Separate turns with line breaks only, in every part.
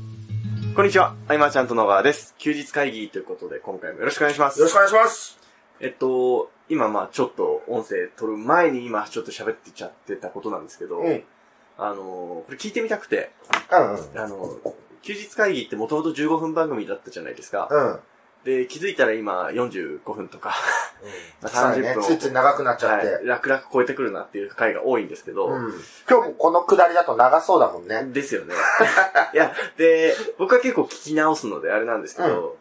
んにちは。あいまちゃんと野川です。休日会議ということで、今回もよろしくお願いします。
よろしくお願いします。
えっと、今まあちょっと音声取る前に今ちょっと喋ってちゃってたことなんですけど、
うん。
あのー、これ聞いてみたくて、
うん。
あのー、休日会議ってもともと15分番組だったじゃないですか。
うん。
で、気づいたら今45分とか、まあ
そう
30
ね
分。
ついつい長くなっちゃっ
は
て。
い、楽々超えてくるなっていう回が多いんですけど、
うん。今日もこのくだりだと長そうだもんね。
ですよね。 いや、で、僕は結構聞き直すのであれなんですけど、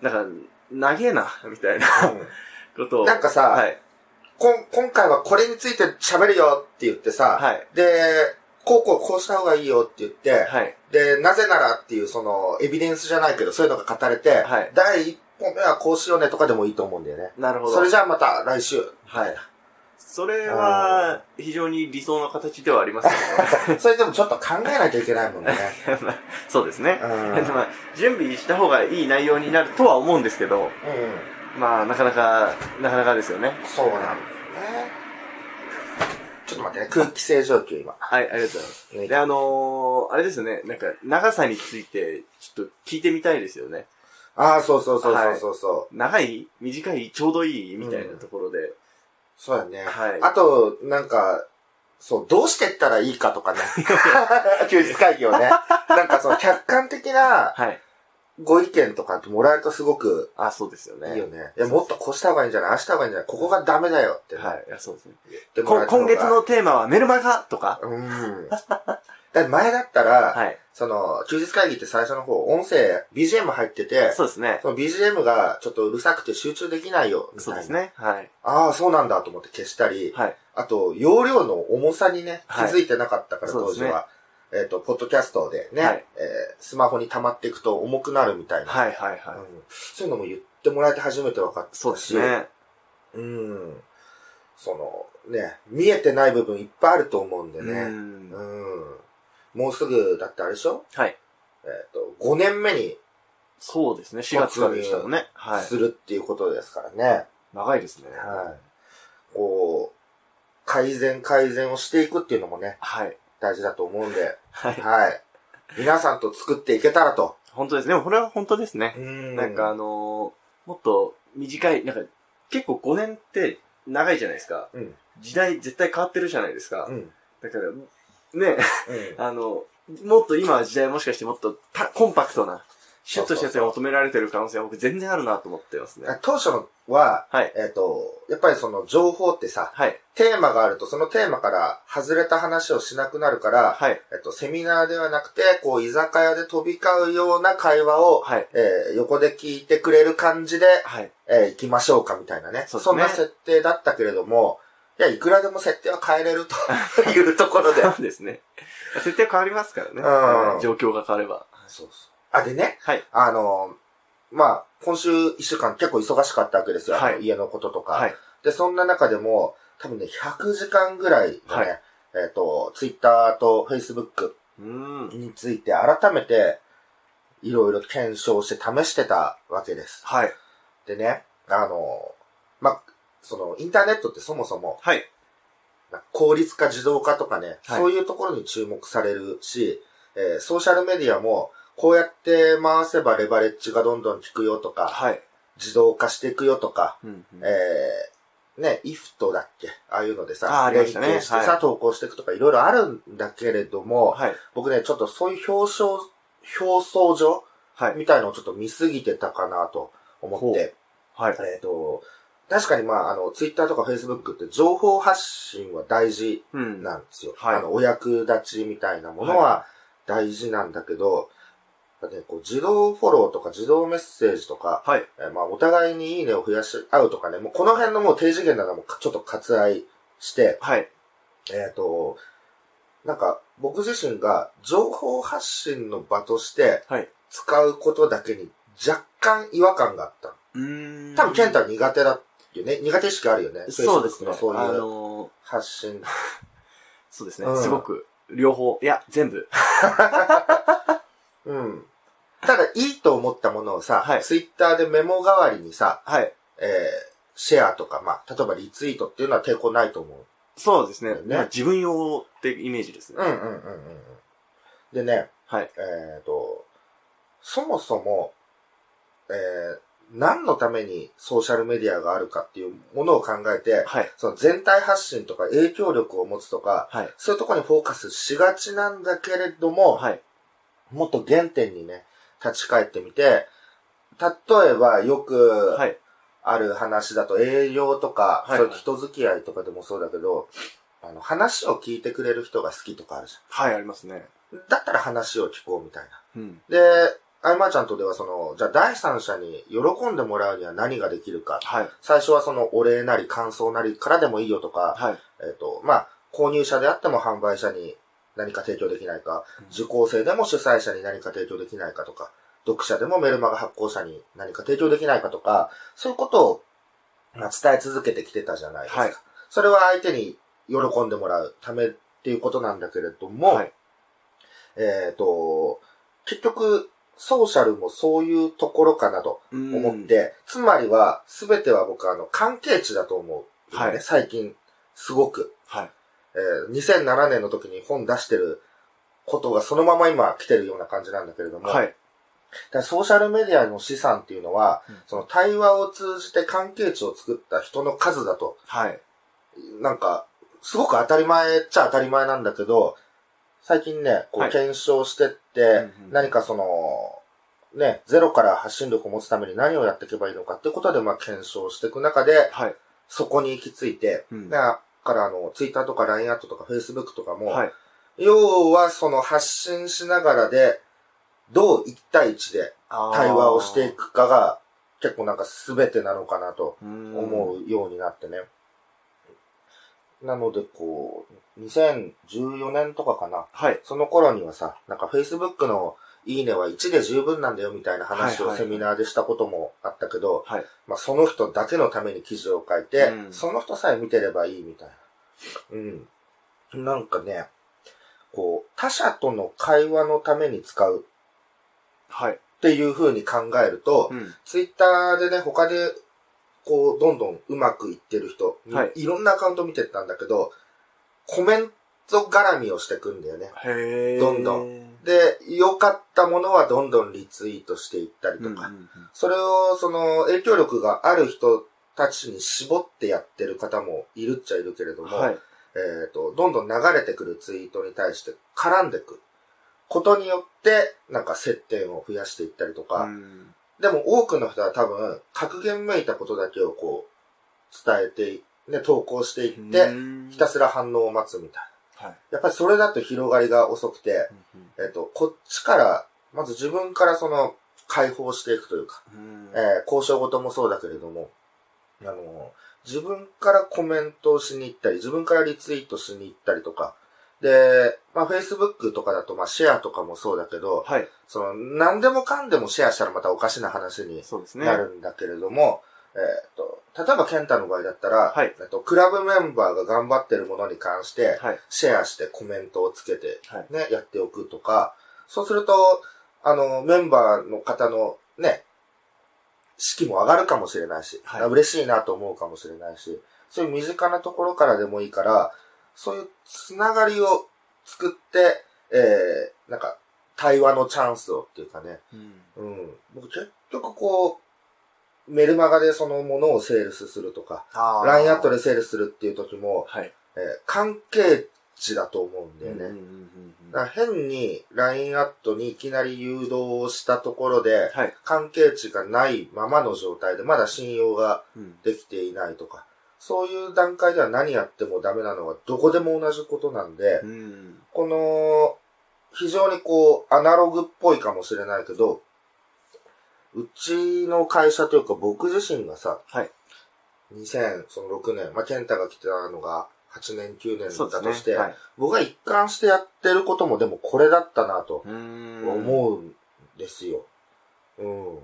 なんか、長えな、みたいなことを。
なんかさ、
はい。
こん今回はこれについて喋るよって言ってさ、
はい。
で、こうこうこうした方がいいよって言って、
はい。
で、なぜならっていうそのエビデンスじゃないけど、そういうのが語れて、
はい
第一歩目はこうしようねとかでもいいと思うんだよね。
なるほど。
それじゃあまた 来週。
はい。それは、非常に理想の形ではありますけ
それでもちょっと考えなきゃいけないもんね。
ど ね。まあそう ですね
う。ん。う
まあ準備した方がいい内容になるとは思うんですけど、
ん。
まあ、なかなか、なかなかですよね。
そうなんだよね。ちょっと待ってね、空気清浄機今。
はい、ありがとうございます。
ね
で、あのー、あれですね、なんか、長さについて、ちょっと聞いてみたいですよね。
ああ、そうそうそうそうそうそう、
長い短いちょうどいいみたいなところで。
そうだね。
はい
あと、なんか、そう、どうしてったらいいかとかね。休日会議をね。 なんかその客観的な
はい。
ご意見とかってもらえるとすごく
あ、そうですよね。
いいよね。いや、もっとこうした方がいいんじゃないああした方がいいんじゃないここがダメだよって、ね
はい。いやそうですね。
言っても
こ
らえた方
今
が
月。のテーマはメルマガとか。
うん。だって前だったら、
はい。
その、休日会議って最初の方、音声、BGM 入ってて、
そうですね。
その BGM がちょっとうるさくて集中できないよ、みたい
そう
な。
です。ね。はい。
ああ、そうなんだと思って消したり、
はい。
あと、容量の重さにね、気
はい
づいてなかったから、
そう
当
です
時
ね
は。えっ、と、ポッドキャストでね、
はい
えースマホに溜まっていくと重くなるみたいな、
はいはい
うん
はい。
そういうのも言ってもらえて初めて分かったし。
そうですね。
うん。その、ね、見えてない部分いっぱいあると思うんで
うん
ね。うん。もうすぐ、だってあれでしょ
はい。
えっ、と、5年目に
そうですね。4月からでしたもんね。はい。
するっていうことですからね。
長いですね。
はい。こう、改善改善をしていくっていうのもね、
はい。
大事だと思うんで。
はい。
はい。皆さんと作っていけたらと。
本当ですね。でもこれは本当ですね。
ん
なんかあ、のー、もっと短い、なんか結構5年って長いじゃないですか。
うん
時代絶対変わってるじゃないですか。
うん。うん。
だから、ね、あの、もっと今は時代もしかしてもっとたコンパクトな、シュッとしたやつが求められてる可能性は僕全然あるなと思ってますね。
当初のは、
はい。
えっ、と、やっぱりその情報ってさ、
はい。
テーマがあるとそのテーマから外れた話をしなくなるから、
はい。
えっ、と、セミナーではなくて、こう、居酒屋で飛び交うような会話を、
はい。
えー横で聞いてくれる感じで、
はい。
えー行きましょうかみたいなね。
そ
そう
ですね
んな設定だったけれども、いや、いくらでも設定は変えれるというところで。
そうですね。設定変わりますからね。
ん
はい状況が変われば。
そうそう。あ、でね、
はい。
あの、まあ、今週一週間結構忙しかったわけですよ。
はい
あの家のこととか、
はい。
で、そんな中でも、多分ね、100時間ぐらいのね、
はい
えっ、と、ツイッターとフェイスブック
うーん。
について改めて、いろいろ検証して試してたわけです。
はい。
でね、あの、まあ、その、インターネットってそもそも、
はい。
効率化自動化とかね、
はい
そういうところに注目されるし、えーソーシャルメディアも、こうやって回せばレバレッジがどんどん効くよとか、
はい。
自動化していくよとか、
うんうん
えー、ね、イフトだっけああいうので
あー
さ
あ、りま
連
したね
携して
は
さ、投稿していくとかいろいろあるんだけれども、
はい。
僕ね、ちょっとそういう表彰、表彰状
はい。
みたいのをちょっと見すぎてたかなと思って、
はい。
えっ、と、確かにまあ、あの、ツイッターとかフェイスブックって情報発信は大事
うん。
なんですよ。
はい
あの、お役立ちみたいなものは大事なんだけど、やっぱね、こう自動フォローとか自動メッセージとか、
はい。
えーまあ、お互いにいいねを増やし合うとかね、もうこの辺のもう低次元なのもちょっと割愛して、
はい。
えっ、と、なんか、僕自身が情報発信の場として
はい。
使うことだけに若干違和感があったの。
うーん。
多分、ケンタは苦手だっていうね、苦手意識あるよね。
そうですね。
Facebook のそう
あ
いう
のー、
発信。
そうですね
う。ん
すごく、両方、いや、全部。
うん。ただ、いいと思ったものをさ、
はい
ツイッターでメモ代わりにさ、
はい。
えー、シェアとか、まあ、例えばリツイートっていうのは抵抗ないと思う。
そうですね。
ね
まあ自分用ってイメージですね。
んうんうんうん。でね、
はい。
えっ、と、そもそも、えー、何のためにソーシャルメディアがあるかっていうものを考えて、
はい。
その全体発信とか影響力を持つとか、
はい。
そういうところにフォーカスしがちなんだけれども、
はい。
もっと原点にね、立ち返ってみて、例えばよく
はい。
ある話だと営業とか、
はい
そういう人付き合いとかでもそうだけど、あの、話を聞いてくれる人が好きとかあるじ
はい、ありますね。
ゃん。だったら話を聞こうみたいな。
うん。
で、あいまちゃんとではその、じゃあ第三者に喜んでもらうには何ができるか。
はい。
最初はそのお礼なり感想なりからでもいいよとか、
はい。
えっ、と、まあ、購入者であっても販売者に何か提供できないか、
うん
受講生でも主催者に何か提供できないかとか、読者でもメルマガ発行者に何か提供できないかとか、そういうことを、まあ、伝え続けてきてたじゃないですか。
はい
それは相手に喜んでもらうためっていうことなんだけれども、
はい。
えっ、と、結局、ソーシャルもそういうところかなと思って、つまりは、すべては僕はあの、関係値だと思う、ね。
はい
最近、すごく。
はい。
えー2007年の時に本出してることがそのまま今来てるような感じなんだけれども、
はい。
だからソーシャルメディアの資産っていうのは、
うん
その対話を通じて関係値を作った人の数だと、
はい。
なんか、すごく当たり前っちゃ当たり前なんだけど、最近ね、こ
は
う
い
検証してって、
んうん
何かその、ね、ゼロから発信力を持つために何をやっていけばいいのかってことで、まあ検証していく中で、
はい。
そこに行き着いて、
うん
だからあの、ツイッターとか LINE アットとか Facebook とかも、
はい。
要はその発信しながらで、どう1対1で対話をしていくかが、結構なんか全てなのかなと
思
思うようになってね。なのでこう、2014年とかかな。
はい。
その頃にはさ、なんか Facebook のいいねは1で十分なんだよみたいな話
はい
を
はい
セミナーでしたこともあったけど、
はい。
まあその人だけのために記事を書いて、
うん
その人さえ見てればいいみたいな。うん。なんかね、こう、他者との会話のために使う
はい。
っていう風に考えると、
うん。
ツイッターでね、他で、こう、どんどんうまくいってる人、
はい
い、ろんなアカウント見てったんだけど、コメント絡みをしてくんだよね。
へえ。
どんど
ん。
で、良かったものはどんどんリツイートしていったりと
うん
か、
うん
それをその影響力がある人たちに絞ってやってる方もいるっちゃいるけれど
うん
も、
はい。
えっ、と、どんどん流れてくるツイートに対して絡んでくことによって、なんか接点を増やしていったりとか、
うん
でも多くの人は多分、格言めいたことだけをこう、伝えてい、ね、投稿していって、
うん
ひたすら反応を待つみたいな。
はい。
やっぱりそれだと広がりが遅くて、
うん
えっ、と、こっちから、まず自分からその、解放していくというか、
うん
えー交渉事もそうだけれども、あのー自分からコメントをしに行ったり、自分からリツイートしに行ったりとか、で、まあ、Facebook とかだと、まあ、シェアとかもそうだけど、
はい。
その、何でもかんでもシェアしたらまたおかしな話に
そうですね。
なるんだけれども、えっ、と、例えば、ケンタの場合だったら、
はい
えっと、クラブメンバーが頑張ってるものに関して、
はい。
シェアしてコメントをつけて、
はい。
ね、やっておくとか、そうすると、あの、メンバーの方のね、士気も上がるかもしれないし、
はい
嬉しいなと思うかもしれないし、そういう身近なところからでもいいから、そういうつながりを作って、えー、なんか、対話のチャンスをっていうかね、
うん
うん。僕結局こう、メルマガでそのものをセールスするとか、
あー
LINE アットでセールスするっていう時も、
はい。
えー関係値だと思うんだよね。
うんうんうんうん
だから変に LINE アットにいきなり誘導をしたところで、
はい。
関係値がないままの状態で、まだ信用が
うん
できていないとか、そういう段階では何やってもダメなのはどこでも同じことなんで、
うん。
この、非常にこう、アナログっぽいかもしれないけど、うちの会社というか僕自身がさ、
はい。
2006年、まあ、ケンタが来てたのが8年、9年
そう
だ
で
とし
す
て、
ね。はい。
僕が一貫してやってることもでもこれだったなと
うーん
思うんですよ。うん。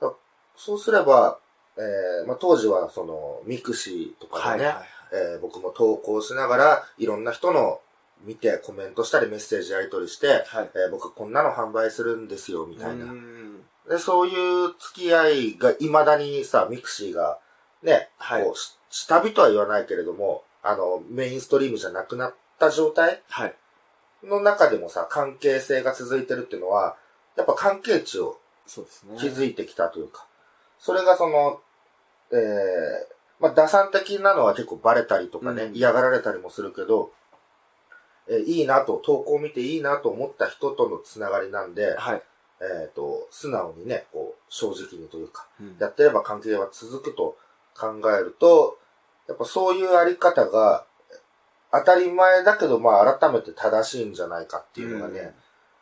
だそうすれば、えーまあ、当時はそのミクシーとか
はい。
でね、
はいはい
えー僕も投稿しながらいろんな人の見てコメントしたりメッセージやり取りして、
はい。
えー僕こんなの販売するんですよみたいうな。
ん
でそういう付き合いが未だにさ、ミクシーがね、
はい
こうし下火とは言わないけれども、あの、メインストリームじゃなくなった状態
はい。
の中でもさ、関係性が続いてるっていうのは、やっぱ関係値を
そうですね。
気づいてきたというか、それがその、えー、まあ、打算的なのは結構バレたりとかね、
うん
嫌がられたりもするけど、えーいいなと、投稿を見ていいなと思った人とのつながりなんで、
はい。
えっ、と、素直にね、こう、正直にというか、
うん
やってれば関係は続くと考えると、やっぱそういうあり方が、当たり前だけど、まあ改めて正しいんじゃないかっていうのがね、
ん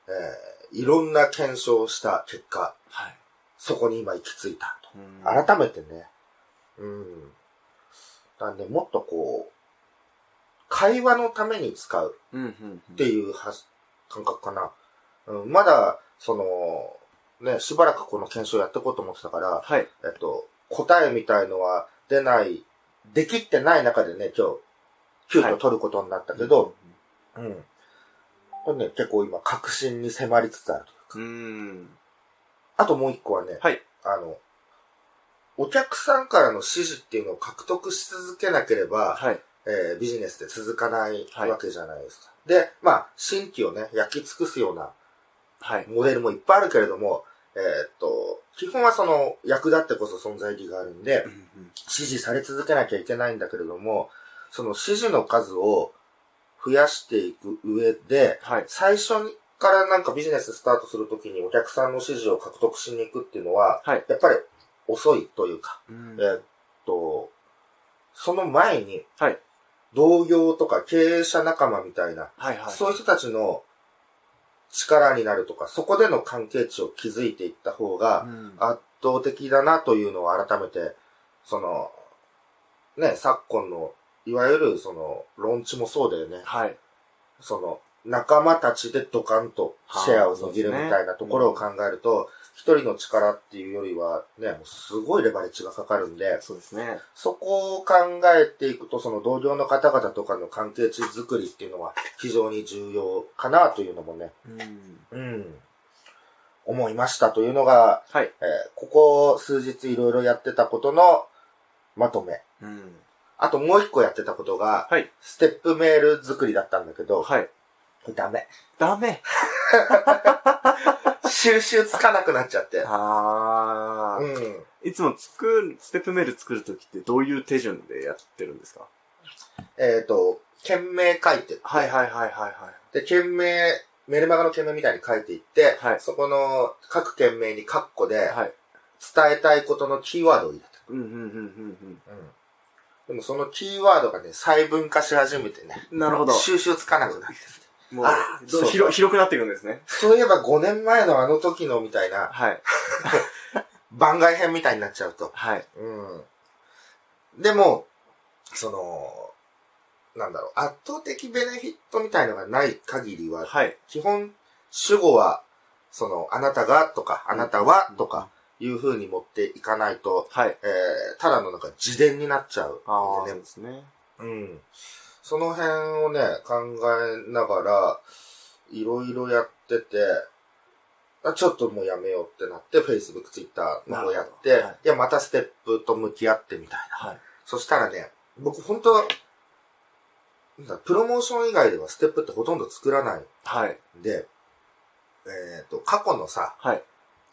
えーいろんな検証をした結果、
はい。
そこに今行き着いたと。
うん
改めてね。うん。なんで、もっとこう、会話のために使う
うんうんうん
っていうはす感覚かな。うん、まだ、その、ね、しばらくこの検証やっていこうと思ってたから、
はい。
えっと、答えみたいのは出ない、できってない中でね、今日、急
は
遽
い
取ることになったけど、うん。これね、結構今、確信に迫りつつある。
うん、うん。
あともう一個はね、
はい
あの、お客さんからの支持っていうのを獲得し続けなければ、
はい。
えービジネスで続かない
はい
わけじゃないですか。で、まあ、新規をね、焼き尽くすような
はい。
モデルもいっぱいあるけれども、えーっと、基本はその、役立ってこそ存在意義があるんで
う、んうん
支持され続けなきゃいけないんだけれども、その支持の数を増やしていく上で、
はい。
最初からなんかビジネススタートするときにお客さんの支持を獲得しに行くっていうのは、
はい
やっぱり遅いというか、
うん
えーっと、その前に、
はい
同業とか経営者仲間みたいな、
はいはい。
そういう人たちの力になるとか、そこでの関係値を築いていった方が
うん
圧倒的だなというのを改めて、その、ね、昨今の、いわゆるその、論知もそうだよね。
はい。
その、仲間たちでドカンとシェアを握るみたいなところを考えると、一、人の力っていうよりは、ね、もうすごいレバレッジがかかるんで、
そうですね。
そこを考えていくと、その同僚の方々とかの関係値づくりっていうのは非常に重要かなというのもね、
うん。
うん、思いましたというのが、
はい。
えーここ数日いろいろやってたことのまとめ。
うん。
あともう一個やってたことが、
はい
ステップメール作りだったんだけど、
はい。
ダメ。
ダメ。
収集つかなくなっちゃって。
あ
うん。
ー。いつも作る、ステップメール作るときってどういう手順でやってるんですか
えっ、と、件名書いてって
はいはいはいはいはい。
で、件名、メルマガの件名みたいに書いていって、
はい
そこの各件名にカッコで
はい。
伝えたいことのキーワードを入れて
うんうんうんうん
る。でもそのキーワードがね、細分化し始めてね。
うん。なるほど。
収集つかなくなってきて。
も
あ
う、
そうそう
広広くなっていくんですね。
そういえば5年前のあの時のみたいな
はい。
番外編みたいになっちゃうと。
はい。
うん。でも、その、なんだろう、圧倒的ベネフィットみたいのがない限りは、
はい。
基本、主語は、その、あなたがとか、あなたはとか、いう風に持っていかないと、
はい。
えー、ただのなんか自伝になっちゃう
ああ、
んで
そう
ね。
ですね。
うん。その辺をね、考えながら、いろいろやってて、あちょっともうやめようってなって、Facebook、Twitter の方やって、
ないるほどはい
や、またステップと向き合ってみたいな。
はい。
そしたらね、僕本当は、なんだプロモーション以外ではステップってほとんど作らない
はい。
んで、えっ、と、過去のさ、
はい。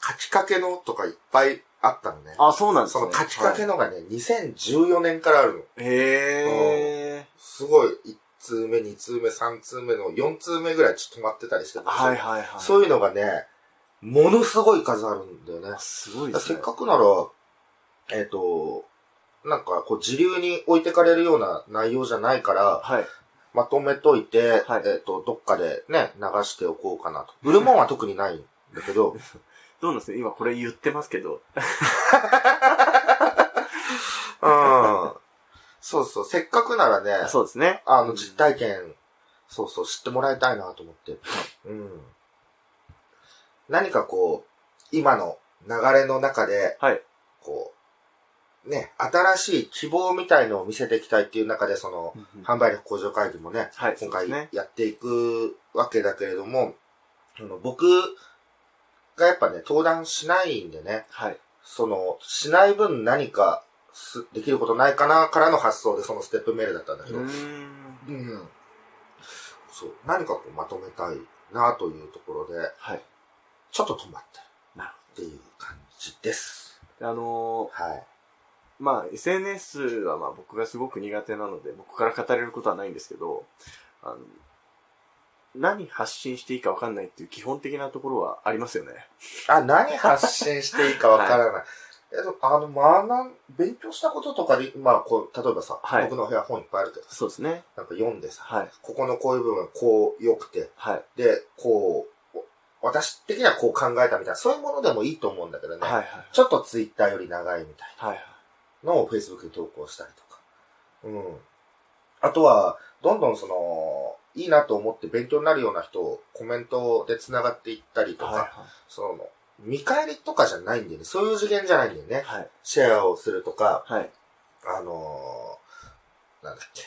書きかけのとかいっぱいあったのね。
あ、そうなんです
そ
ね。
の書きか
は
けのがね、2014年からあるの。
い。へえ。
すごい、1通目、2通目、3通目の4通目ぐらいちょっと止まってたりしてたんですよ
はいはいはい。
そういうのがね、ものすごい数あるんだよね。
すごいです
せ
ね。
っかくなら、えっ、と、なんかこう自流に置いてかれるような内容じゃないから、
はい。
まとめといて、
はい
えっ、と、どっかでね、流しておこうかなと。売るもんは特にないんだけ ど、
どうなんですね今これ言ってますけど。
うん。そうそう、せっかくならね、
あそうですね。
あの、実体験、そうそう、知ってもらいたいなと思って。うん。何かこう、今の流れの中で、
はい。
こう、ね、新しい希望みたいのを見せていきたいっていう中で、その、販売力向上会議もね、
はい。そ
今
うで
回
すね。
やっていくわけだけれども、あの僕がやっぱね、登壇しないんでね、
はい。
その、しない分何かすできることないかなからの発想でそのステップメールだったんだけど、
ん。
うん。そう。何かこうまとめたいなというところで、
はい。
ちょっと止まってる。
なる
っていう感じです。
あの
はい。
ーまあ、SNS はまあ僕がすごく苦手なので、僕から語れることはないんですけど、あの、何発信していいかわかんないっていう基本的なところはありますよね。
あ、何発信していいかわからない。えっとあの、学ん、勉強したこととかで、まあ、こう、例えばさ、
はい
僕の部屋本いっぱいあるけど、
そうですね。
なんか読んでさ、
はい。
ここのこういう部分、こう良くて、
はい。
で、こう、お私的にはこう考えたみたいな、そういうものでもいいと思うんだけどね。
はいはい。
ちょっとツイッターより長いみたい
はいはい。
なのを Facebook で投稿したりとか。うん。あとは、どんどんその、いいなと思って勉強になるような人をコメントで繋がっていったりとか、
は
その、見返りとかじゃないんだよね。そういう次元じゃないんだよ
い
ね。
はい。
シェアをするとか、
はい。
あのーなんだっけ。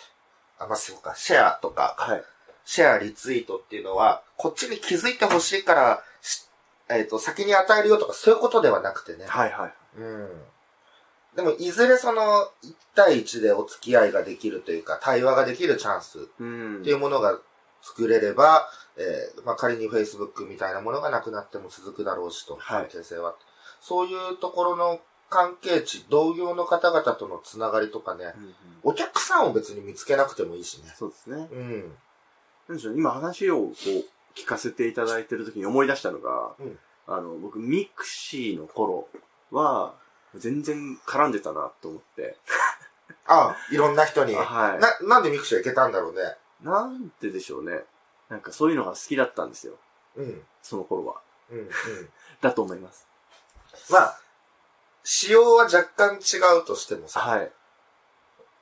あ、まあ、そうか。シェアとか、
はい。
シェア、リツイートっていうのは、こっちに気づいてほしいから、しえっ、と、先に与えるよとか、そういうことではなくてね。
はいはい。
うん。でも、いずれその、1対1でお付き合いができるというか、対話ができるチャンスっ
うん
てい。うものが作れれば、えーまあ、仮に Facebook みたいなものがなくなっても続くだろうしと、
はい
関係性は。そういうところの関係値、同業の方々とのつながりとかね、
うんうん
お客さんを別に見つけなくてもいいしね。
そうですね。
うん。
なんでしょう、今話をこう、聞かせていただいてる時に思い出したのが、
うん
あの、僕、ミクシーの頃は、全然絡んでたなと思って。
ああ、いろんな人に。
は
な、なんでミクシーはいけたんだろうね。
い。なんてでしょうね。なんかそういうのが好きだったんですよ。
うん。
その頃は。
うん。うん。
だと思います。
まあ、仕様は若干違うとしてもさ、
はい。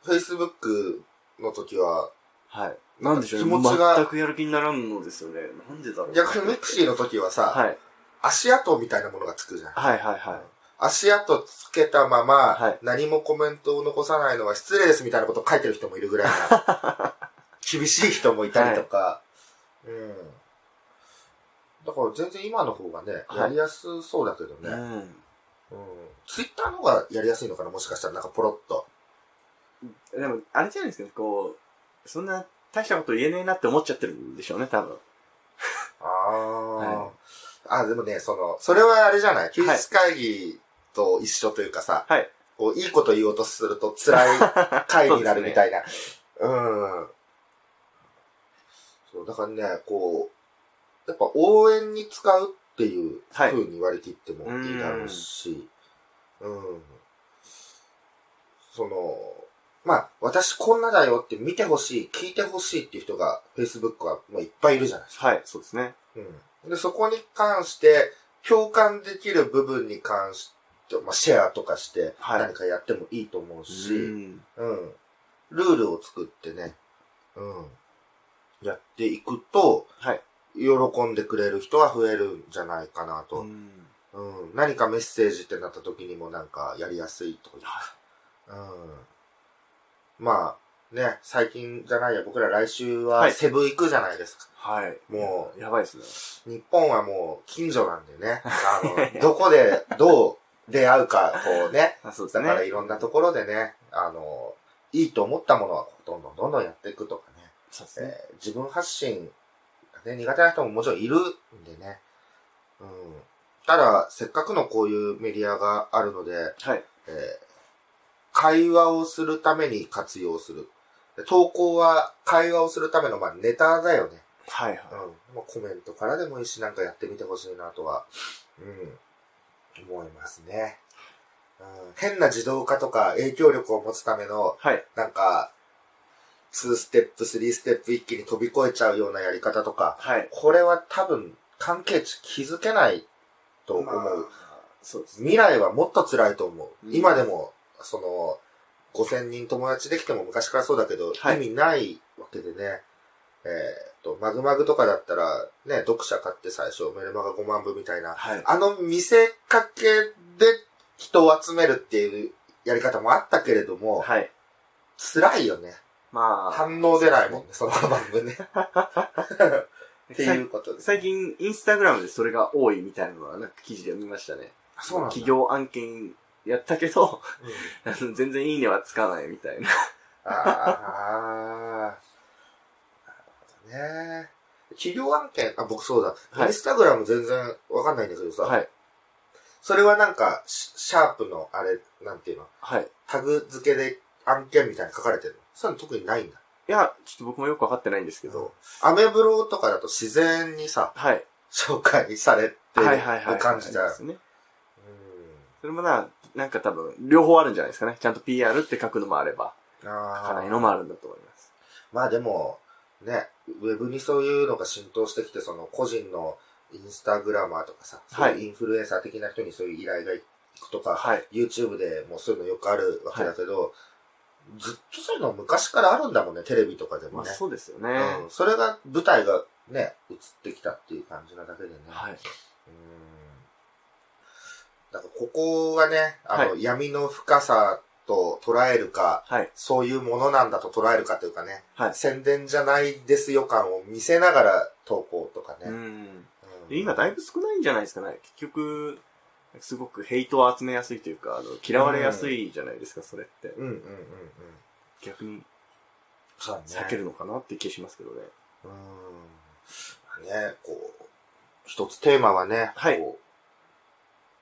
Facebook の時は、
はい。なんでしょうね。
気持ちが
全くやる気にならんのですよね。なんでだろう。
逆にミクシーの時はさ、
はい。
足跡みたいなものがつくじゃん。
はいはいはい。
足跡つけたまま、
はい
何もコメントを残さないのは失礼ですみたいなことを書いてる人もいるぐらいな 厳しい人もいたりとか、うん。だから全然今の方がね、
はい
やりやすそうだけどね。
うん。
うん。ツイッターの方がやりやすいのかなもしかしたらなんかポロッと。
でも、あれじゃないですか、こう、そんな大したこと言えねえなって思っちゃってるんでしょうね、多分。
あ
は
あ。あ、でもね、その、それはあれじゃない休日会議と一緒というかさ、
はい。
こう、いいこと言おうとすると辛 い会になるみたいな。うん。そう、だからね、こう、やっぱ応援に使うっていう
はい
風に割り切ってもいいだろうし、うん。その、まあ、私こんなだよって見てほしい、聞いてほしいっていう人が Facebook はもういっぱいいるじゃないですか。
はい、そうですね。
うん。で、そこに関して、共感できる部分に関して、まあ、シェアとかして、
はい
何かやってもいいと思うし、
うん。
うん。ルールを作ってね、うん。やっていくと、
はい。
喜んでくれる人は増えるんじゃないかな
う
と。
ん
うん。何かメッセージってなった時にもなんかやりやすいという
は
か。うん。まあ、ね、最近じゃないや、僕ら来週
は
はいセブン行くじゃないですか。
はい。
も
やばいですね。
う、日本はもう近所なんで ね。あの、どこでどう出会うか、こうね。
あ、そうです
だ
ね。
からいろんなところでね、あの、いいと思ったものはどんどんどんどんやっていくとかね、
そうですね。
えー自分発信がね、苦手な人ももちろんいるんでね。うん。ただ、せっかくのこういうメディアがあるので、
はい。
えー会話をするために活用する。で投稿は会話をするための、まあ、ネタだよね。
はいはい。
うん。まあ、コメントからでもいいし、なんかやってみてほしいなとは、うん、思いますね。うん、変な自動化とか影響力を持つための、
はい。
なんか、2ステップ、3ステップ一気に飛び越えちゃうようなやり方とか、
はい。
これは多分関係値気づけないと思う。
まあそうですね。
未来はもっと辛いと思う。
うん
今でも、その、5000人友達できても昔からそうだけど、
はい
意味ないわけでね。えーっと、マグマグとかだったら、ね、読者買って最初、メルマガ5万部みたいな。
はい。
あの見せかけで人を集めるっていうやり方もあったけれども、
はい。
辛いよね。
まあ、
反応出ないもんね、その番組ね。って
さ
い
いう
ことで。
最近、インスタグラムでそれが多いみたいなのは、なんか記事で見ましたね。
あそうなんだ。
企業案件やったけど、
うん
あの全然いいねはつかないみたいな。
ああ。なるほどね。企業案件、あ、僕そうだ。
はい
インスタグラム全然わかんないんだけどさ、
はい。
それはなんか、シシャープのあれ、なんていうの、
はい。
タグ付けで案件みたいに書かれてるの。そういうの特にないんだ。
いや、ちょっと僕もよくわかってないんですけ
け
ど
ど、、アメブロとかだと自然にさ、
はい。
紹介されて
はいはいはいはい。
る感じだ
あり
よ
ます。ね。
う
それもな、なんか多分、両方あるんじゃないですかね。ちゃんと PR って書くのもあれば、
ん
書
あ
か
あ
ないのもあるんだと思います。
まあでも、ね、ウェブにそういうのが浸透してきて、その個人のインスタグラマーとかさ、
はい
そういうインフルエンサー的な人にそういう依頼が行くとか、
はい。
YouTube でもうそういうのよくあるわけだけど、ずっとそういうの昔からあるんだもんね、テレビとかで
ま
も
あ
ね。
そうですよね。
うん、それが、舞台がね、映ってきたっていう感じなだけでね。
はい。
うん。だからここがね、あの、闇の深さと捉えるか、
はい。
そういうものなんだと捉えるかというかね、
はい
宣伝じゃないですよ感を見せながら投稿とかね。
うん。で
うん
今だいぶ少ないんじゃないですかね。結局、すごくヘイトを集めやすいというか、あの嫌われやすいじゃないですか、それって。
うんうんうんうん。
逆に
そうね
避けるのかなって気がしますけどね。
うん。ね、こう、一つテーマはね、
はい
こう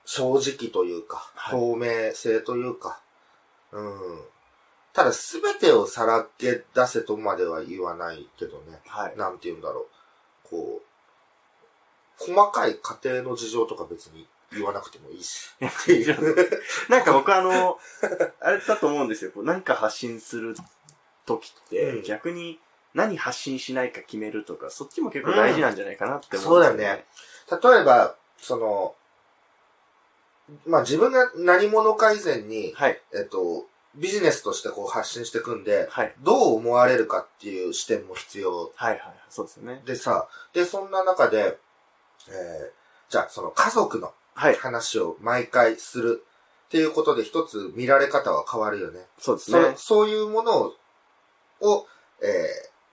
正直というか、
はい
透明性というか、うん。ただ全てをさらけ出せとまでは言わないけどね、
はい。
なんて言うんだろう。こう、細かい家庭の事情とか別に言わなくてもいいし。っていう
なんか僕あの、あれだと思うんですよ。こうなんか発信する時って、
うん
逆に何発信しないか決めるとか、そっちも結構大事なんじゃないかなって思んですよ
うんそうだね。例えば、その、まあ自分が何者か以前に、
はい。
えっと、ビジネスとしてこう発信していくんで、
はい。
どう思われるかっていう視点も必要
はいはい。そうですよね。
でさ、で、そんな中で、えー、じゃあその家族の
はい。
話を毎回するっていうことで一つ見られ方は変わるよね。
そうです
そ
ね。
そういうものを、をえー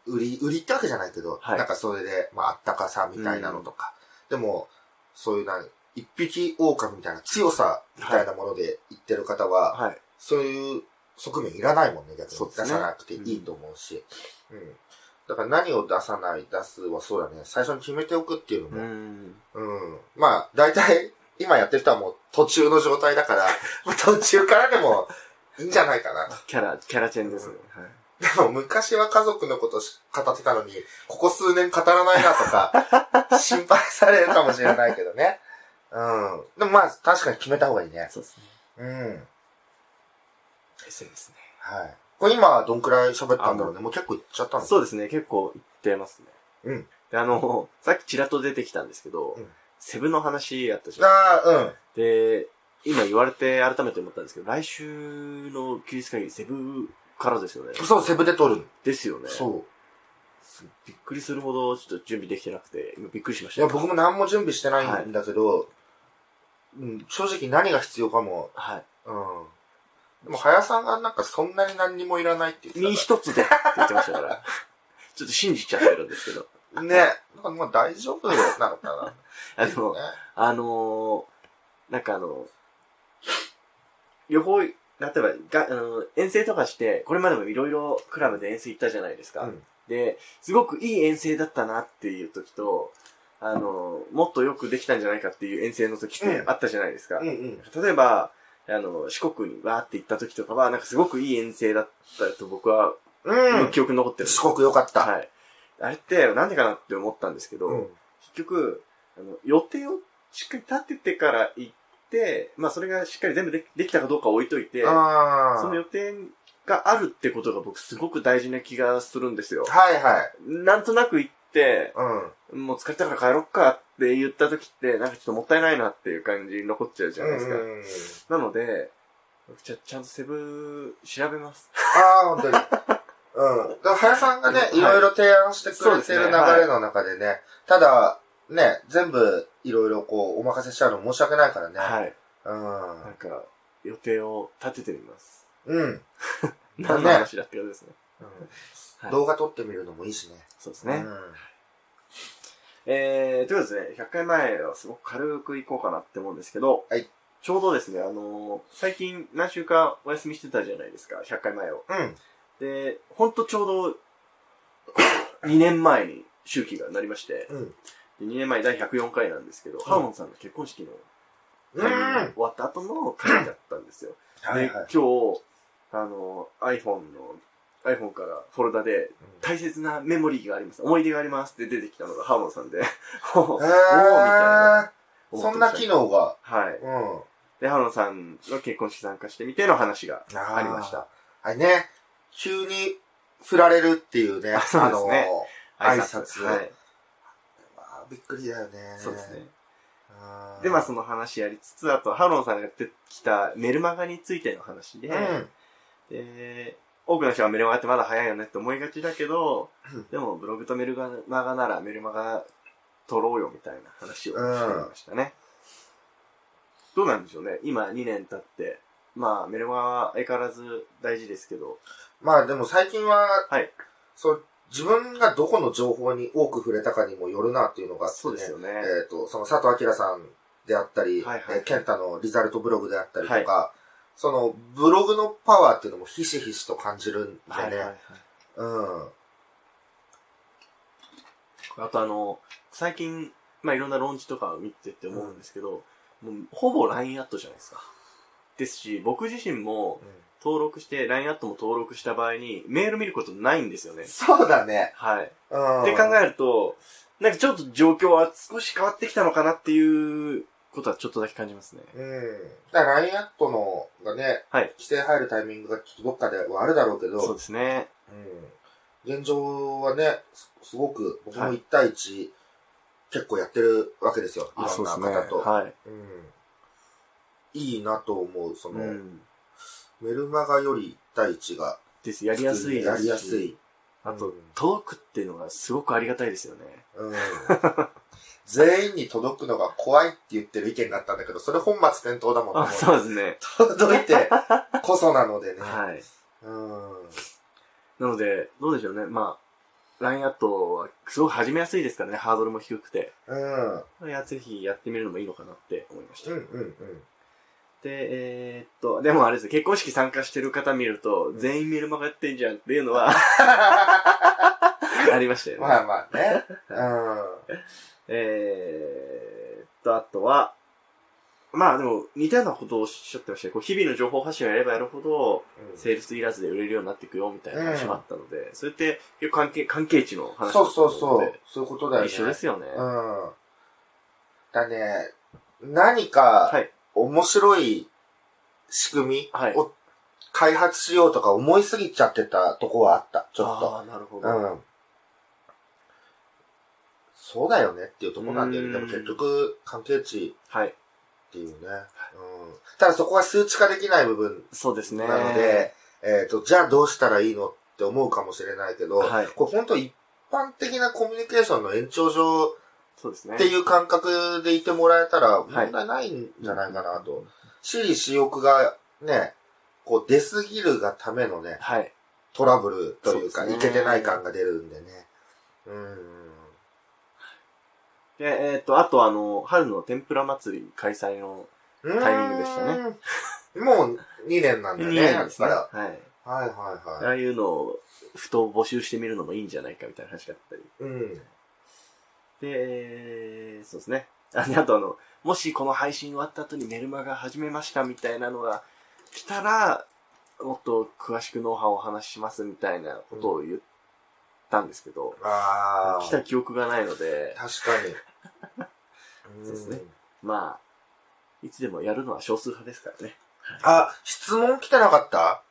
売り、売りってわけじゃないけど、
はい
なんかそれで、まあ、あったかさみたいなのとか、でも、そういうなん、一匹狼みたいな強さみたいなもので言ってる方は、
はい。
そういう側面いらないもんね、逆
そう
に。
です
出
ね
さなくていいと思うし。うん。だから何を出さない、出すはそうだね。最初に決めておくっていうの
う
も。
ん。
うん。まあ、大体、今やってる人はもう途中の状態だ から、もう途中からでもいいんじゃないかな。
キャラ、キャラチェンですね。はい。
でも昔は家族のことし語ってたのに、ここ数年語らないなとか、心配されるかもしれないけどね。うん。でもまあ、確かに決めた方がいいね。
そうですね。
うん。
SNS ね。
はい。これ今、どんくらい喋ったんだろうね。もう結構いっちゃったの
そうですね、結構言ってますね。
うん
で、あの、さっきちらっと出てきたんですけど、
うん
セブの話やったじゃん。
ああ、うん。
で、今言われて改めて思ったんですけど、来週の休日会議、セブからですよね。
そう、セブで撮るの。
ですよね。
そ
びっくりするほど、ちょっと準備できてなくて、今びっくりしまし
う。い
た。
や、僕も何も準備してないんだけど、うん、正直何が必要かも、
はい。
うん。でも、早さんがなんかそんなに何にもいらないって言
身
って
一つでって言ってました から。ちょっと信じちゃってるんですけど。
たから。ね。なんかもう大丈夫なのか
あ
な。
でも
ね、
あのー、なんかあの、旅行、例えばが、あの遠征とかして、これまでもいろいろクラブで遠征行ったじゃないですか。
うん
で、すごくいい遠征だったなっていう時と、あのー、もっとよくできたんじゃないかっていう遠征の時って
うん
あったじゃないですか。
うんうん。
例えば、あの、四国にわーって行った時とかは、なんかすごくいい遠征だったと僕は、
うん。
記憶に残ってるんです
四国良かった。
はい。あれって、なんでかなって思ったんですけど、
うん
結局、あの、予定をしっかり立ててから行って、まあそれがしっかり全部でできたかどうかは置いといて、
ああ。
その
はい
予定があるってことが僕すごく大事な気がするんですよ。
はい。
なんとなく行って、
うん。
もう疲れたから帰ろっかって言った時って、なんかちょっともったいないなっていう感じに残っちゃうじゃないですか。
うんうんうん
なので、僕ちゃちゃんとセブ調べ ます。
ああ、本当に。うん。だから、林さんがね、
はい
いろいろ提案してく
そう
れ
です
て
ね
る流れの中でね、ただ、ね、全部、いろいろこう、お任せしちゃうの申し訳ないからね。
はい。
うん
なんか、予定を立ててみます。
うん。
何の話だってことですね。はい
動画撮ってみるのもいいしね。
そうですね。
うん
えー、ということですね、100回前はすごく軽くいこうかなって思うんですけど、
はい
ちょうどですね、あのー最近何週かお休みしてたじゃないですか、100回前を。
うん。
で、ほんとちょうど2年前に周期がなりまして、
うん。
で2年前第104回なんですけど、ハーモンさんの結婚式の
うん。は
終わった後の回だったんですよ。で、
い
今
はい。
日、あの、iPhone の、iPhone からフォルダで、大切なメモリーがあります。思い出がありますって出てきたのがハーモンさんで。 もう
へ
な
ー。そんな機。能が。
はい。
うん。
で、ハーモンさんの結婚式参加してみての話が
あー
ありました。
あれね、急に振られるっていうね、
あそうですね
挨拶
はい。
あのーまあびっくりだよね。
そうですね。
あー。
で、まあその話やりつつ、あと、ハロンさんがやってきたメルマガについての話で、
うん。
で、多くの人はメルマガってまだ早いよねって思いがちだけど
うん、
でもブログとメルマガならメルマガ取ろうよみたいな話をしていましたね。どうなんでしょうね。今2年経って、まあメルマガは相変わらず大事ですけど、
まあでも最近は、
はい
そう、自分がどこの情報に多く触れたかにもよるなっていうのがあって、ね、
そうですよね。
えっ、と、その佐藤明さんであったり、
はいはい
えー健太のリザルトブログであったりとか、そのブログのパワーっていうのもひしひしと感じるんでね。
はいはいはい。
うん。
あとあの、最近、まあ、いろんな論じとかを見てて思うんですけど、もうほぼ LINE アットじゃないですか。ですし、僕自身も登録して、LINE アットも登録した場合に、メール見ることないんですよね。
そうだね。
はい。
うん。
で考えると、なんかちょっと状況は少し変わってきたのかなっていうことはちょっとだけ感じますね。
うん。だから、ラインアットのがね、
はい
規制入るタイミングがきっとどっかではあるだろうけど、
そうですね。
うん、現状はね、すすごく、僕
は
も
い
1対1、結構やってるわけですよ。いろんな方と。
はい。
うん、いいなと思う。その、
うん。
メルマガより1対1が、
です。やりやすいですし
やりやす。い。
あ
う
と
ん、
届くっていうのがすごくありがたいですよね。
うん、全員に届くのが怖いって言ってる意見があったんだけど、それ本末転倒だもん
あ、
ね。
そうですね。
届いてこそなのでね。
はい。
うん
なので、どうでしょうね。まあ、ラインアットはすごく始めやすいですからね、ハードルも低くて。
うん。
いや、ぜひやってみるのもいいのかなって思いました。
うん
で、
うん
えー、っと、でもあれです結婚式参加してる方見ると、全員メルマガやってんじゃんっていうの は、ありましたよ
うん。
ね。
まあまあね。う
えー、っと、あとは、まあでも、似たようなことをおっしゃってましたねこう日々の情報発信をやればやるほど、
ん。
セールスいらずで売れるようになっていくよ、みたいな話もあったので、それって、結構関係、関係値の話だ
そう
と
そう
思
そ
の
う
で。
そういうことだよね。
一緒ですよね。
うん。だね、何
は
か
い。
面白い仕組
はい
みを開発しようとか思いすぎちゃってたとこはあった。ちょっと。
ああ、なるほど。
うん。そうだよねっていうところなんだよね。で
う
も
ん
結局、関係値
はい。
っていうね。うん。ただそこは数値化できない部分
そうですね。
なので、えっ、と、じゃあどうしたらいいのって思うかもしれないけど、
はい
これ本当一般的なコミュニケーションの延長上っ
そうですね。
ていう感覚でいてもらえたら
はい
問題ないんじゃないかなと。私利私欲がね、こう出すぎるがためのね、
はい。
トラブルというか、
そうで
い
す
け
ね
てない感が出るんでね。うん。
で、えっ、と、あとあの、春の天ぷら祭り開催のタイミングでしたね
うん。もう2年なんだね、
二
や
年
っぱら。
はい。
はいはい
あ
はい。
あいうのを、ふと募集してみるのもいいんじゃないかみたいな話があったり。
うん。
で、えーそうですね。あであとあの、もしこの配信終わった後にメルマガ始めましたみたいなのが来たら、もっと詳しくノウハウをお話ししますみたいなことを言ったんですけど、
ああ。
来た記憶がないので、
確か に。
そうですねまあ、いつでもやるのは少数派ですからね。
あ、質問来てなかった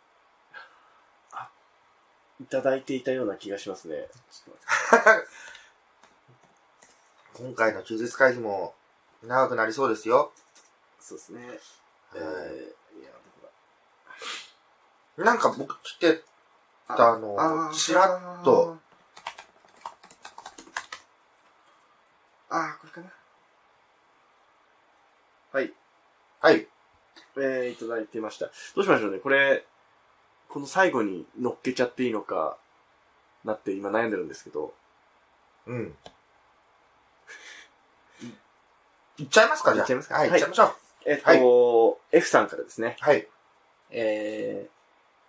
いただいていたような気がしますね。ちょっと待って
今回の休日会議も長くなりそうですよ。
そうですね。
はい
えーいや、
なんか僕来て
どこ
た
だ
の
あ
を、ちらっ。と。
あーあー、これかな。はい。
はい。
えー、いただいてました。どうしましょうね。これ、この最後に乗っけちゃっていいのか、なって今悩んでるんですけど。
うん。いっちゃいますかじ
い
ゃあ。
っちゃいますか
はい、い
は
っ
い
ちゃいましょう。
えっと、F さんからですね。
はい。
えー、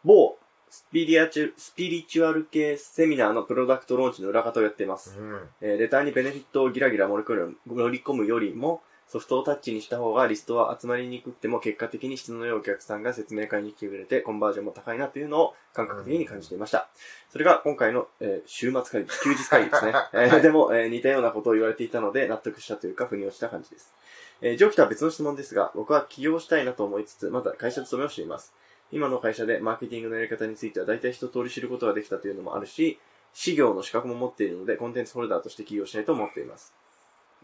某スピリアチュスピリチュアル系セミナーのプロダクトローンチの裏方をやっています。
うん。
えーレターにベネフィットをギラギラ盛り込む盛り込むよりも、ソフトをタッチにした方がリストは集まりにくくても結果的に質の良いお客さんが説明会に来てくれてコンバージョンも高いなというのを感覚的に感じていました。それが今回の、えー週末会議、休日会議ですね。えーでも、えー似たようなことを言われていたので納得したというか腑に落ちた感じです。えー上記とは別の質問ですが、僕は起業したいなと思いつつ、まだ会社勤めをしています。今の会社でマーケティングのやり方については大体一通り知ることができたというのもあるし、資業の資格も持っているので、コンテンツホルダーとして起業したいと思っています。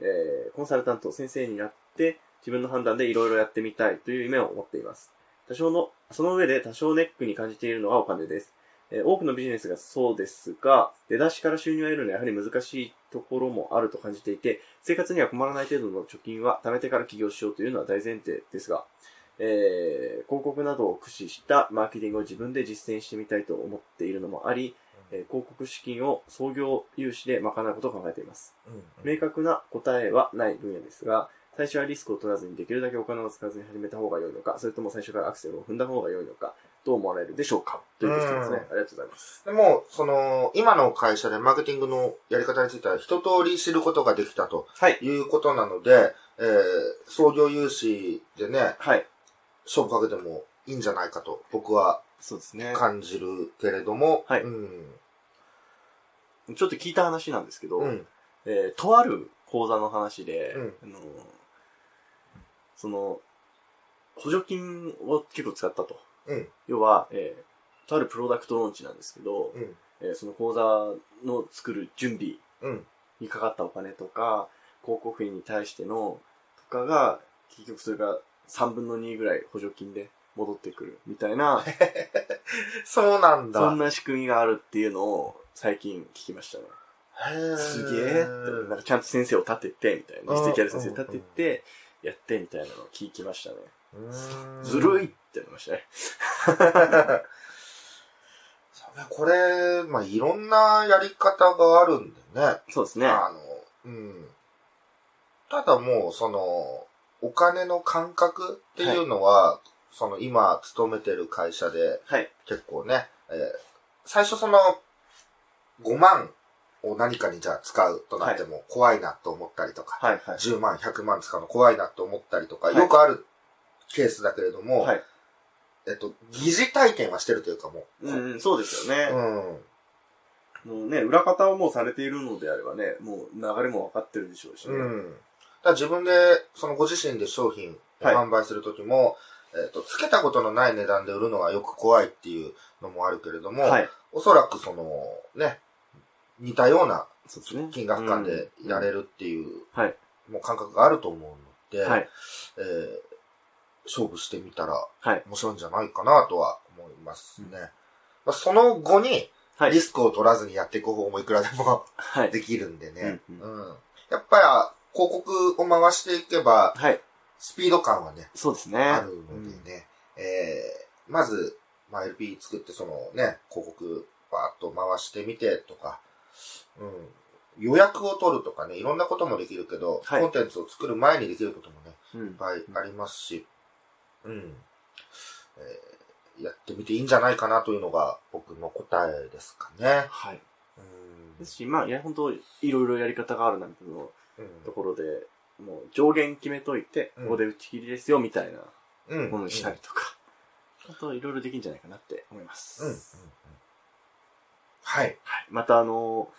えー、コンサルタント、先生になって、自分の判断でいろいろやってみたいという夢を持っています。多少の、その上で多少ネックに感じているのがお金です。えー多くのビジネスがそうですが、出だしから収入を得るのはやはり難しいところもあると感じていて、生活には困らない程度の貯金は貯めてから起業しようというのは大前提ですが、えー広告などを駆使したマーケティングを自分で実践してみたいと思っているのもあり、えー広告資金を創業融資で賄うことを考えています。
うん。
明確な答えはない分野ですが、最初はリスクを取らずにできるだけお金を使わずに始めた方が良いのか、それとも最初からアクセルを踏んだ方が良いのか、どう思われるでしょうかという質問ですね。
うん
ありがとうございます。
でも、その、今の会社でマーケティングのやり方については一通り知ることができたと
はい。
いうことなので、えー、創業融資でね、
はい。
勝負かけてもいいんじゃないかと、僕は
そうですね。
感じるけれども、
はい
うん。
ちょっと聞いた話なんですけど、
うん。
えーとある講座の話で、
うん
あのーその、補助金を結構使ったと。
うん
要は、えーとあるプロダクトローンチなんですけど、
うん。
えーその講座の作る準備
うん。
にかかったお金とか、広告費に対してのとかが、結局それが3分の2ぐらい補助金で戻ってくるみたいな、
そうなん だ。
そんな仕組みがあるっていうのを最近聞きましたね。
へー
すげえって、なんかちゃんと先生を立てて、みたいな。
うん
実績ある先生立てて、やってみたいなのを聞きましたね。
うーん
ずるいって思いましたね。
これ、まあ、いろんなやり方があるんでね。
そうですね。
あの、うん。ただもう、その、お金の感覚っていうのは、その今勤めてる会社で
はい。
結構ね、えー最初その5万を何かにじゃあ使うとなっても怖いなと思ったりとか、
はい、はい。
10万、100万使うの怖いなと思ったりとか、
はい
よくあるケースだけれども、
はい。
えっと、疑似体験はしてるというかもう、
うんうん、そうですよね。
うん。
もうね、裏方をもうされているのであればね、もう流れも分かってるでしょうしね。
うん。だから自分で、そのご自身で商品を
はい
販売するときも、えっ、と、つけたことのない値段で売るのがよく怖いっていうのもあるけれども、
はい。
おそらくその、ね、似たような
そうですね。
金額感で
うん
やれるっていう、
はい。
もう感覚があると思うので、
はい。
えー勝負してみたら
はい。
面白いんじゃないかなとは思いますね。まあ、その後に、
はい
リ。スクを取らずにやっていく方法もいくらでも
はい。
できるんでね。
う
うんん、
う
やっぱり、広告を回していけば、
はい。
スピード感はね、
そうですね。
あるのでね。えー、まず、まあ、LP 作って、そのね、広告、バーッと回してみてとか、うん。予約を取るとかね、いろんなこともできるけど、
はい
コンテンツを作る前にできることもね、
うん。
いっぱいありますし、うん。えーやってみていいんじゃないかなというのが僕の答えですかね。
はい。
うん
ですし、まあ、いや、本当いろいろやり方があるな、みたいなと
う
ころで、もう上限決めといて、
うん
ここで打ち切りですよ、みたいなもの
ん。
にしたりとか、本当いろいろできるんじゃないかなって思いま
うん。うんうん
す。
はい。
はい。また、あの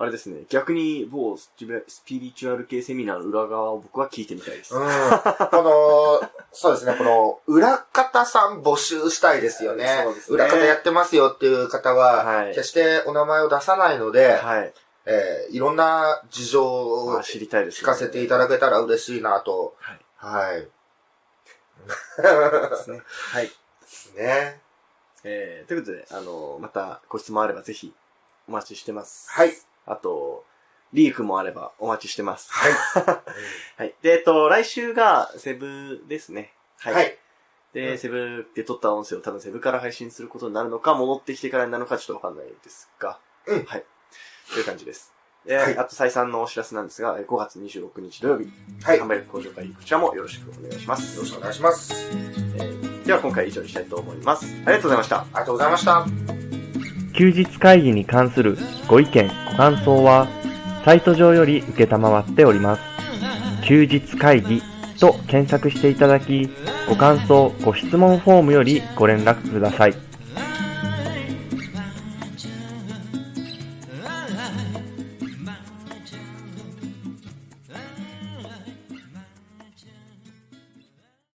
あれですね、逆に某スピスピリチュアル系セミナーの裏側を僕は聞いてみたいです。
うん。この、そうですね、この、裏方さん募集したいですよね。
そうですね
裏方やってますよっていう方は、
はい
決してお名前を出さないので、
はい。
えーいろんな事情
ま
を
あ、知りたいです、
聞かせていただけたら嬉しいなと。
はい。
はい。
ですね。はい。
ね。
えー、ということで、あの、またご質問あればぜひお待ちしてます。
はい。
あと、リークもあればお待ちしてます。
はい。
はい。で、えっと、来週がセブですね。は
はい。
で、
うん
セブで撮った音声を多分セブから配信することになるのか、戻ってきてからになるのかちょっとわかんないですが。
うん
はい。という感じです。で、
はい
あと再三のお知らせなんですが、えー5月26日土曜日、
はい。
ハン
よ
バーグ工場会議、こちらもよろしくお願いします。
ろしくお願いします。
えーでは今回以上にしたいと思います。ありがとうございました。
ありがとうございました。
休日会議に関するご意見、ご感想は、サイト上より受けたまわっております。休日会議と検索していただき、ご感想、ご質問フォームよりご連絡ください。